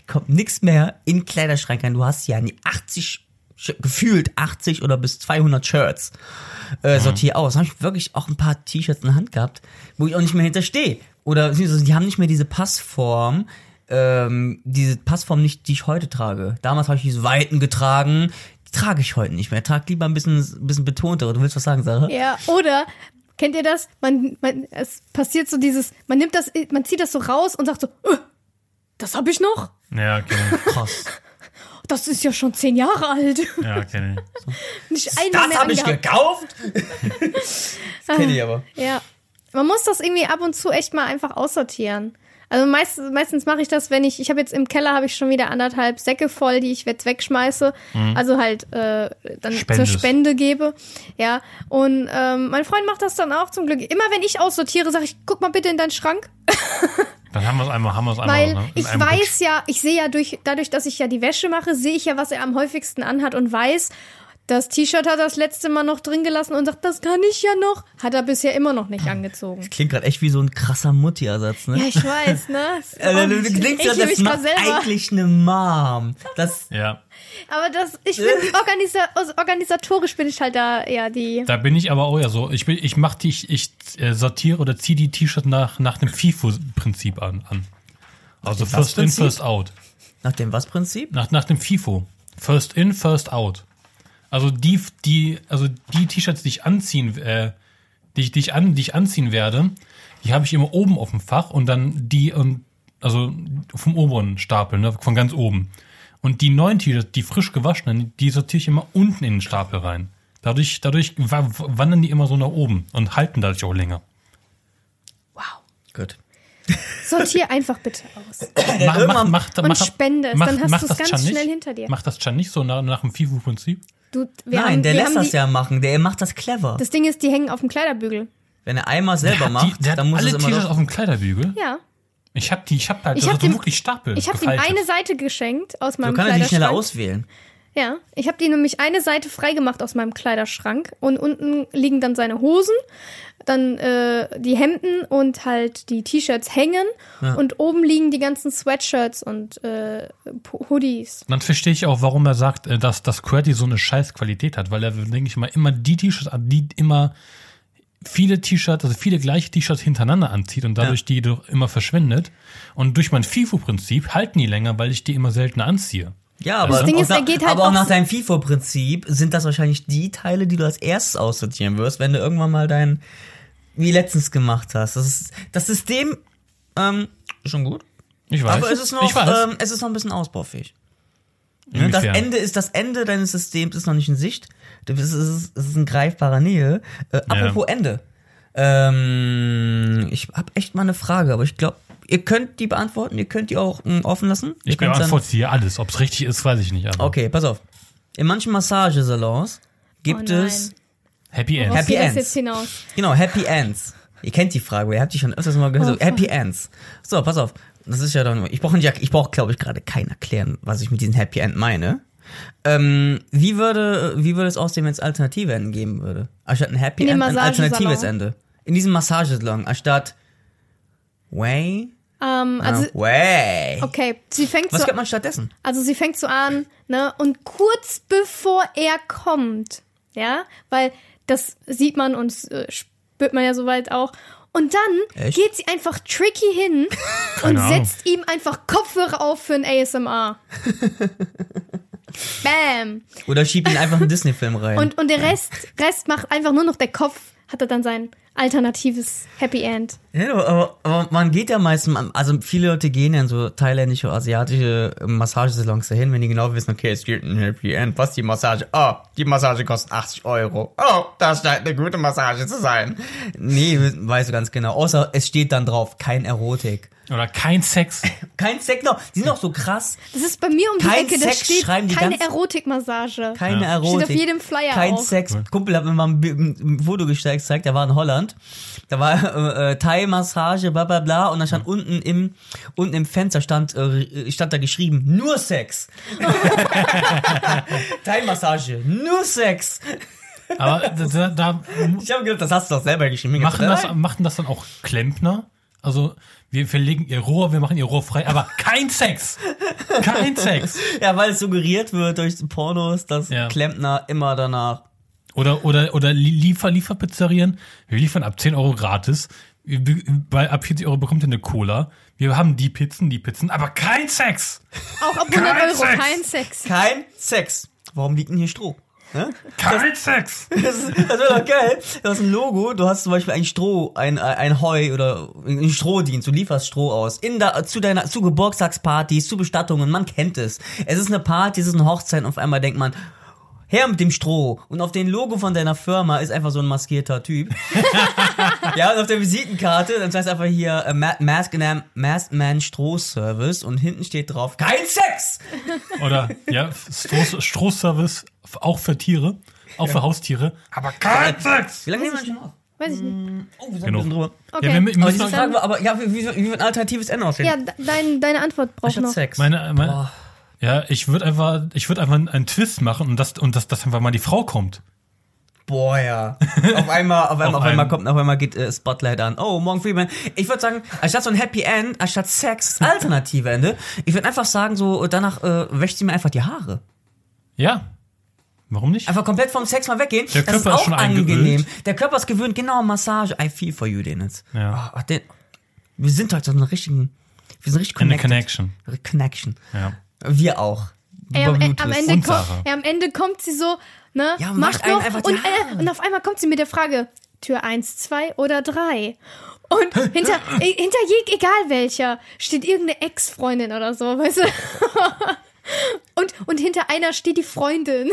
B: kommt nichts mehr in den Kleiderschrank rein. Du hast ja nie 80, Sch- gefühlt 80 oder bis 200 Shirts
A: Mhm.
B: äh, sortier aus. Habe ich wirklich auch ein paar T-Shirts in der Hand gehabt, wo ich auch nicht mehr hinterstehe. Oder beziehungsweise die haben nicht mehr diese Passform, ähm, diese Passform nicht, die ich heute trage. Damals habe ich diese Weiten getragen, die trage ich heute nicht mehr. Trag lieber ein bisschen, bisschen betontere. Du willst was sagen, Sarah?
A: Ja, oder kennt ihr das? Man, man, es passiert so dieses, man nimmt das, man zieht das so raus und sagt so, äh, das habe ich noch.
C: Ja, okay.
B: Krass.
A: Das ist ja schon zehn Jahre alt.
C: Ja, okay.
A: Nicht einmal
B: Das
A: mehr
B: habe ich
A: angehabt. Ah.
B: gekauft. das kenne ich aber.
A: Ja. Man muss das irgendwie ab und zu echt mal einfach aussortieren. Also meist, meistens mache ich das, wenn ich, ich habe jetzt im Keller habe ich schon wieder anderthalb Säcke voll, die ich jetzt wegschmeiße.
B: Mhm.
A: Also halt äh, dann zur
C: Spendest.
A: Spende gebe. Ja. Und ähm, mein Freund macht das dann auch zum Glück. Immer wenn ich aussortiere, sage ich, guck mal bitte in deinen Schrank.
C: Dann haben wir es einmal, haben wir es einmal.
A: Weil
C: ne? In
A: ich
C: einem Rutsch.
A: weiß ja, ich sehe ja durch, dadurch, dass ich ja die Wäsche mache, sehe ich ja, was er am häufigsten anhat und weiß, das T-Shirt hat er das letzte Mal noch drin gelassen und sagt, das kann ich ja noch. Hat er bisher immer noch nicht angezogen.
B: Klingt gerade echt wie so ein krasser Mutti-Ersatz, ne?
A: Ja, ich weiß, ne?
B: Äh, du klingst ja
A: ich liebe
B: das
A: mich
B: ma-
A: mal selber.
B: eigentlich eine Mom. Das,
C: Ja.
A: Aber das, ich bin organisa also organisatorisch bin ich halt da eher die.
C: Da bin ich aber auch ja so. Ich, bin, ich mach die, ich, ich äh, sortiere oder ziehe die T-Shirts nach, nach dem FIFO-Prinzip an, an. Also
B: dem
C: First in,
B: was-Prinzip?
C: First out.
B: nach dem was Prinzip?
C: Nach, nach dem FIFO. First in, First out. Also die, die, also die T-Shirts, die ich anziehen, äh, die, ich- die, ich an, die ich anziehen werde, die habe ich immer oben auf dem Fach und dann die und also vom oberen Stapel, ne, von ganz oben. Und die neuen T-Shirts, die frisch gewaschenen, die sortiere ich immer unten in den Stapel rein. Dadurch, dadurch wa- wandern die immer so nach oben und halten dadurch auch länger.
A: Wow.
B: Gut.
A: Sortier einfach bitte aus.
C: Mach,
B: irgendwann-
A: und spende es, dann hast
C: mach
A: du's
C: das
A: ganz
C: Chan
A: schnell
C: nicht.
A: hinter dir.
C: Mach das Chan nicht so nach, nach dem FIFO-Prinzip.
A: Du, wir haben,
B: Nein, der
A: wir
B: lässt
A: haben
B: das
A: die,
B: ja machen. Der macht das clever.
A: Das Ding ist, die hängen auf dem Kleiderbügel.
B: Wenn er einmal selber
C: Hat
B: macht,
C: die, der hat
B: dann muss
C: alle
B: es immer
C: T-Shirts
B: doch,
C: auf dem Kleiderbügel.
A: Ja.
C: Ich hab die, ich hab halt,
A: Ich
C: das
A: hab
C: ist so
A: dem-
C: wirklich Stapel.
A: Ich habe ihm
C: gefaltet.
A: eine Seite geschenkt aus
B: so
A: meinem
B: kann er die
A: Kleiderschrank.
B: schneller auswählen.
A: Ja, ich habe die nämlich eine Seite freigemacht aus meinem Kleiderschrank und unten liegen dann seine Hosen, dann äh, die Hemden und halt die T-Shirts hängen und oben liegen die ganzen Sweatshirts und äh, P- Hoodies.
C: Dann verstehe ich auch, warum er sagt, äh, dass das QWERTY so eine scheiß Qualität hat, weil er, denke ich mal, immer die T-Shirts, an- die immer viele T-Shirts, also viele gleiche T-Shirts hintereinander anzieht und dadurch die doch immer verschwendet. Und durch mein FIFO-Prinzip halten die länger, weil ich die immer seltener anziehe.
B: Ja, aber,
C: Das
A: Ding
B: auch,
A: ist, er geht halt
B: aber auch
A: auf-
B: nach deinem FIFO-Prinzip sind das wahrscheinlich die Teile, die du als erstes aussortieren wirst, wenn du irgendwann mal dein, wie letztens gemacht hast. Das, ist, das System, ähm, ist schon gut.
C: Ich weiß.
B: Aber es ist noch,
C: ich weiß.
B: Ähm, es ist noch ein bisschen ausbaufähig. Ne, Das
C: Inwiefern?
B: Ende ist das Ende deines Systems ist noch nicht in Sicht. Du bist, es, ist, es ist in greifbarer Nähe. Äh, apropos Ende. Ähm, ich habe echt mal eine Frage, aber ich glaube, ihr könnt die beantworten, ihr könnt die auch mh, offen lassen. Ihr
C: ich
B: könnt's dann-
C: beantworte dir alles. Ob es richtig ist, weiß ich nicht. Aber
B: Okay, pass auf. In manchen Massagesalons gibt
A: Oh nein.
B: es
C: Happy End.
A: Worauf
B: Happy
A: geht das
B: Ends.
A: jetzt hinaus?
B: Genau, Happy Ends. Ihr kennt die Frage, ihr habt die schon öfters mal gehört. so,
A: fuck.
B: Happy Ends. So, pass auf. Das ist ja dann. Ich brauche, nicht- ich brauche, glaube ich, gerade keinen erklären, was ich mit diesem Happy End meine. Ähm, wie würde, wie würde es aussehen, wenn es alternative Enden geben würde? Anstatt ein Happy
A: In dem
B: End, ein
A: Massagesalon.
B: alternatives Ende. In diesem Massagesalon, anstatt Way,
A: Ähm,
B: ah,
A: also,
B: Way.
A: okay, sie fängt
B: Was
A: so,
B: könnte man stattdessen?
A: also sie fängt so an, ne, und kurz bevor er kommt, ja, weil das sieht man und äh, spürt man ja soweit auch. Und dann
B: Echt?
A: geht sie einfach tricky hin und
C: Keine Ahnung.
A: setzt ihm einfach Kopfhörer auf für ein ASMR. Bam!
B: Oder schiebt ihn einfach einen Disney-Film rein.
A: Und, und der Rest, Rest macht einfach nur noch der Kopf, hat er dann sein alternatives Happy End.
B: Ja, aber, aber man geht ja meistens, also viele Leute gehen ja in so thailändische, asiatische ähm, Massagesalons dahin, wenn die genau wissen, okay, es gibt ein Happy End. Was die Massage? Oh, die Massage kostet 80 Euro. Oh, das scheint eine gute Massage zu sein. Nee, weißt du ganz genau. Außer es steht dann drauf, kein Erotik.
C: Oder kein Sex.
B: Kein Sex, genau. Die sind auch so krass.
A: Das ist bei mir um die
B: Kein
A: Ecke, da
B: Sex
A: steht
B: schreiben die
A: keine
B: ganzen-
A: Erotikmassage.
B: Keine Erotik.
A: Steht auf jedem Flyer
B: Kein
A: auch.
B: Sex. Kumpel hat mir mal ein, Bi- ein Foto gezeigt, zeigt, der war in Holland. Da war äh, äh, Thai-Massage, bla bla bla. Und da stand unten im unten im Fenster stand, äh, stand da geschrieben, nur Sex. Thai-Massage, nur Sex.
C: Aber da, da
B: Ich habe gedacht, das hast du doch selber geschrieben.
C: machen,
B: Nein.
C: das, machen das dann auch Klempner. Also wir verlegen ihr Rohr, wir machen ihr Rohr frei, aber kein Sex. Kein Sex.
B: Ja, weil es suggeriert wird durch Pornos, dass
C: Ja.
B: Klempner immer danach.
C: Oder, oder, oder li- Liefer, Lieferpizzerien. Wir liefern ab 10 Euro gratis. Wir be- Bei ab 40 Euro bekommt ihr eine Cola. Wir haben die Pizzen, die Pizzen, aber kein Sex!
A: Auch ab 100
C: Kein
A: Euro
C: Sex.
A: kein Sex.
B: Kein Sex. Warum liegt denn hier Stroh? Ne?
C: Kein Sex!
B: Das, ist- das wäre doch geil. Du hast ein Logo, du hast zum Beispiel ein Stroh, ein, ein Heu oder ein Strohdienst. Du lieferst Stroh aus. In der, zu deiner, zu Geburtstagspartys, zu Bestattungen. Man kennt es. Es ist eine Party, es ist eine Hochzeit und auf einmal denkt man, her mit dem Stroh. Und auf dem Logo von deiner Firma ist einfach so ein maskierter Typ. ja, und auf der Visitenkarte, dann heißt einfach hier äh, Ma- Mask and Mask Man Stroh Service und hinten steht drauf, kein Sex!
C: Oder, ja, Stroß, Strohservice, f- auch für Tiere, auch für Haustiere, aber kein Sex!
B: Wie lange nehmen wir denn schon auf?
A: Weiß ich nicht.
B: Oh, wir sind
C: Genau.
B: ein bisschen drüber.
A: Okay.
C: Ja, wir, mü-
B: Aber
C: müssen
B: diese
C: noch,
B: Frage war, aber ja, wie, wie, soll- wie wird ein alternatives Ende aussehen?
A: Ja, de- dein, deine Antwort braucht
B: Statt
A: noch.
B: Sex.
C: meine, meine,
B: Boah.
C: ja, ich würde einfach, ich würde einfach einen Twist machen und das, und dass, dass einfach mal die Frau kommt.
B: Boah, ja. Auf einmal, auf einmal, auf,
C: einen.
B: einmal kommt, auf einmal geht äh, Spotlight an. Oh, Morgan Freeman. Ich würde sagen, anstatt so ein Happy End, anstatt Sex, das alternative Ende. Ich würde einfach sagen, so, danach äh, wäscht sie mir einfach die Haare.
C: Ja. Warum nicht?
B: Einfach komplett vom Sex mal weggehen.
C: Der
B: das ist
C: Körper ist
B: auch
C: schon
B: angenehm.
C: eingewöhnt.
B: Der Körper ist gewöhnt, genau, Massage. I feel for you, Dennis.
C: Ja.
B: Oh, den, wir sind heute so einen richtigen, wir sind richtig
C: Eine
B: connected.
C: Connection.
B: Connection.
C: Ja.
B: Wir auch.
A: Ey, am,
B: Über
A: ey,
B: Bluetooth.
A: am, Ende
C: Und
A: kommt,
C: Sarah.
A: ey, am Ende kommt sie so, ne?
B: Ja,
A: macht
B: macht einem
A: noch.
B: einfach die
A: Und,
B: Haare.
A: äh, und auf einmal kommt sie mit der Frage: Tür 1, 2 oder 3? Und hinter, äh, hinter jeg, egal welcher, steht irgendeine Ex-Freundin oder so, weißt du? Und, und hinter einer steht die Freundin.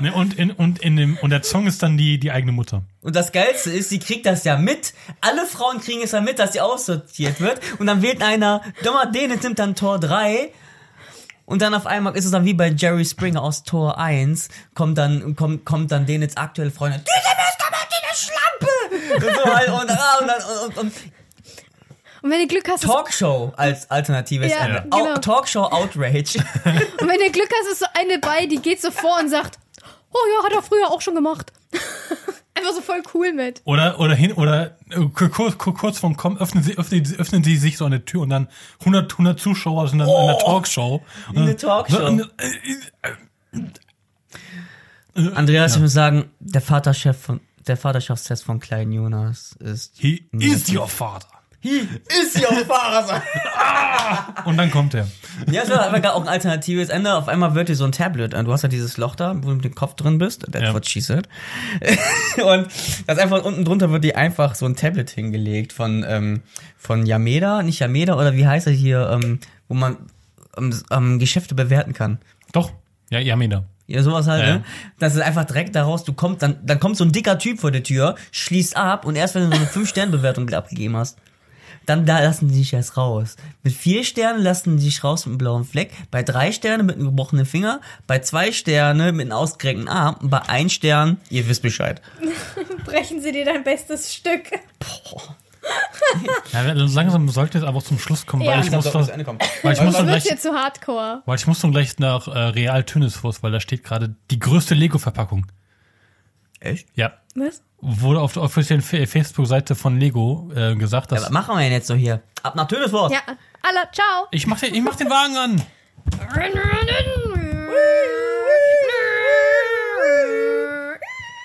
C: Ne, und, in, und, in dem, und der Song ist dann die, die eigene Mutter.
B: Und das Geilste ist, sie kriegt das ja mit. Alle Frauen kriegen es ja mit, dass sie aussortiert wird. Und dann wählt einer, dummer Däne nimmt dann Tor 3. Und dann auf einmal ist es dann wie bei Jerry Springer aus Tor 1, kommt dann, kommt, kommt dann Dänitz aktuelle Freundin. Diese Mist, aber diese Schlampe! Und so halt, und, ah, und, dann- und, und, und
A: Und wenn du Glück hast, ist,
B: Talkshow als alternatives
A: Ja,
B: Ende.
A: genau.
B: Au- Talkshow Outrage.
A: und wenn du Glück hast, ist so eine bei, die geht so vor und sagt: Oh ja, hat er früher auch schon gemacht. Einfach so voll cool mit.
C: Oder, oder hin, oder äh, kurz, kurz, kurz vorm Kommen öffnen sie, öffnen, sie- öffnen sie sich so eine Tür und dann 100, 100 Zuschauer sind dann in einer Talkshow. Und
B: eine
C: dann-
B: Oh. Talkshow.
C: Und, äh,
B: Andreas, ich muss sagen, der Vaterchef von, der Vaterschaftstest von Klein Jonas ist.
C: He is your father.
B: He ist ja auf Fahrer
C: Und dann kommt er.
B: Ja, so, aber gar auch ein alternatives Ende. Auf einmal wird dir so ein Tablet. Du hast ja dieses Loch da, wo du mit dem Kopf drin bist. That's
C: Ja.
B: what she said. Und das einfach unten drunter wird dir einfach so ein Tablet hingelegt von, ähm, von Yameda, nicht Yameda, oder wie heißt er hier, ähm, wo man ähm, ähm, Geschäfte bewerten kann.
C: Doch. Ja, ja, Mina.
B: Ja, sowas halt,
C: Ja.
B: ne? Das ist einfach direkt daraus, du kommst, dann, dann kommt so ein dicker Typ vor der Tür, schließt ab und erst wenn du so eine 5-Sterne-Bewertung abgegeben hast, dann da lassen die dich erst raus. Mit 4 Sternen lassen die dich raus mit einem blauen Fleck, bei 3 Sternen mit einem gebrochenen Finger, bei 2 Sterne mit einem ausgerenkten Arm und bei 1 Stern, ihr wisst Bescheid.
A: Brechen sie dir dein bestes Stück.
C: Ja, wir- langsam sollte jetzt aber zum Schluss kommen,
A: Ja.
C: weil ich
A: Ich
C: muss
B: glaub, das
C: dann,
B: Ende kommt.
C: weil ich muss
A: Das
C: dann
A: wird
C: gleich,
A: jetzt so hardcore.
C: weil ich muss dann gleich nach äh, Real Töniswurst, weil da steht gerade die größte Lego-Verpackung.
B: Echt?
C: Ja.
A: Was?
C: Wurde auf der offiziellen Fa- Facebook-Seite von Lego äh, gesagt, dass
B: Was machen wir denn jetzt so hier? Ab nach Töneswort.
A: Ja, alle, ciao.
C: ich mach, den, ich mach den Wagen an.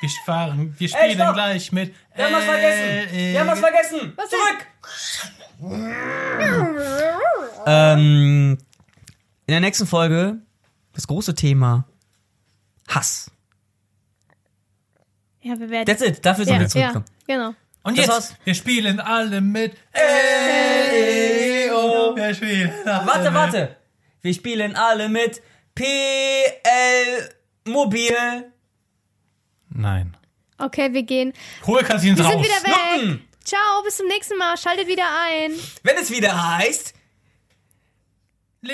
C: Wir fahren, wir
B: Ey,
C: spielen
B: stopp!
C: gleich mit. E.
B: Wir haben was vergessen! Wir haben was vergessen! Zurück! Ähm, in der nächsten Folge das große Thema Hass.
A: Ja, wir werden.
B: That's it. Dafür sind wir
A: ja, ja,
B: zurückgekommen.
A: genau.
C: Und
B: Das
C: jetzt,
B: war's.
C: wir spielen alle mit. E. Wir spielen alle
B: E, oh. Warte,
C: mit.
B: warte. Wir spielen alle mit PL Mobil.
C: Nein.
A: Okay, wir gehen.
C: Hol Kasins
A: Wir
C: raus.
A: sind wieder weg.
B: Noten.
A: Ciao, bis zum nächsten Mal. Schaltet wieder ein.
B: Wenn es wieder heißt.
C: E.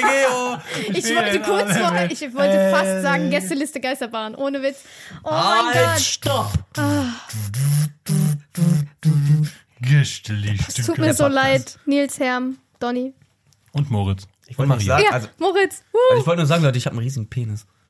B: Legio.
A: Ich wollte kurz vor, ich wollte fast sagen Gästeliste Geisterbahn, ohne Witz. Oh mein Gott.
B: Halt, stopp!
C: Gestlich.
A: Es tut mir so leid, Nils Herm, Donny.
C: Und Moritz.
B: Ich
C: und
B: wollte nicht sagen,
A: Ja,
B: also,
A: Moritz. Woo.
B: also ich wollte nur sagen, Leute, ich habe einen riesigen Penis.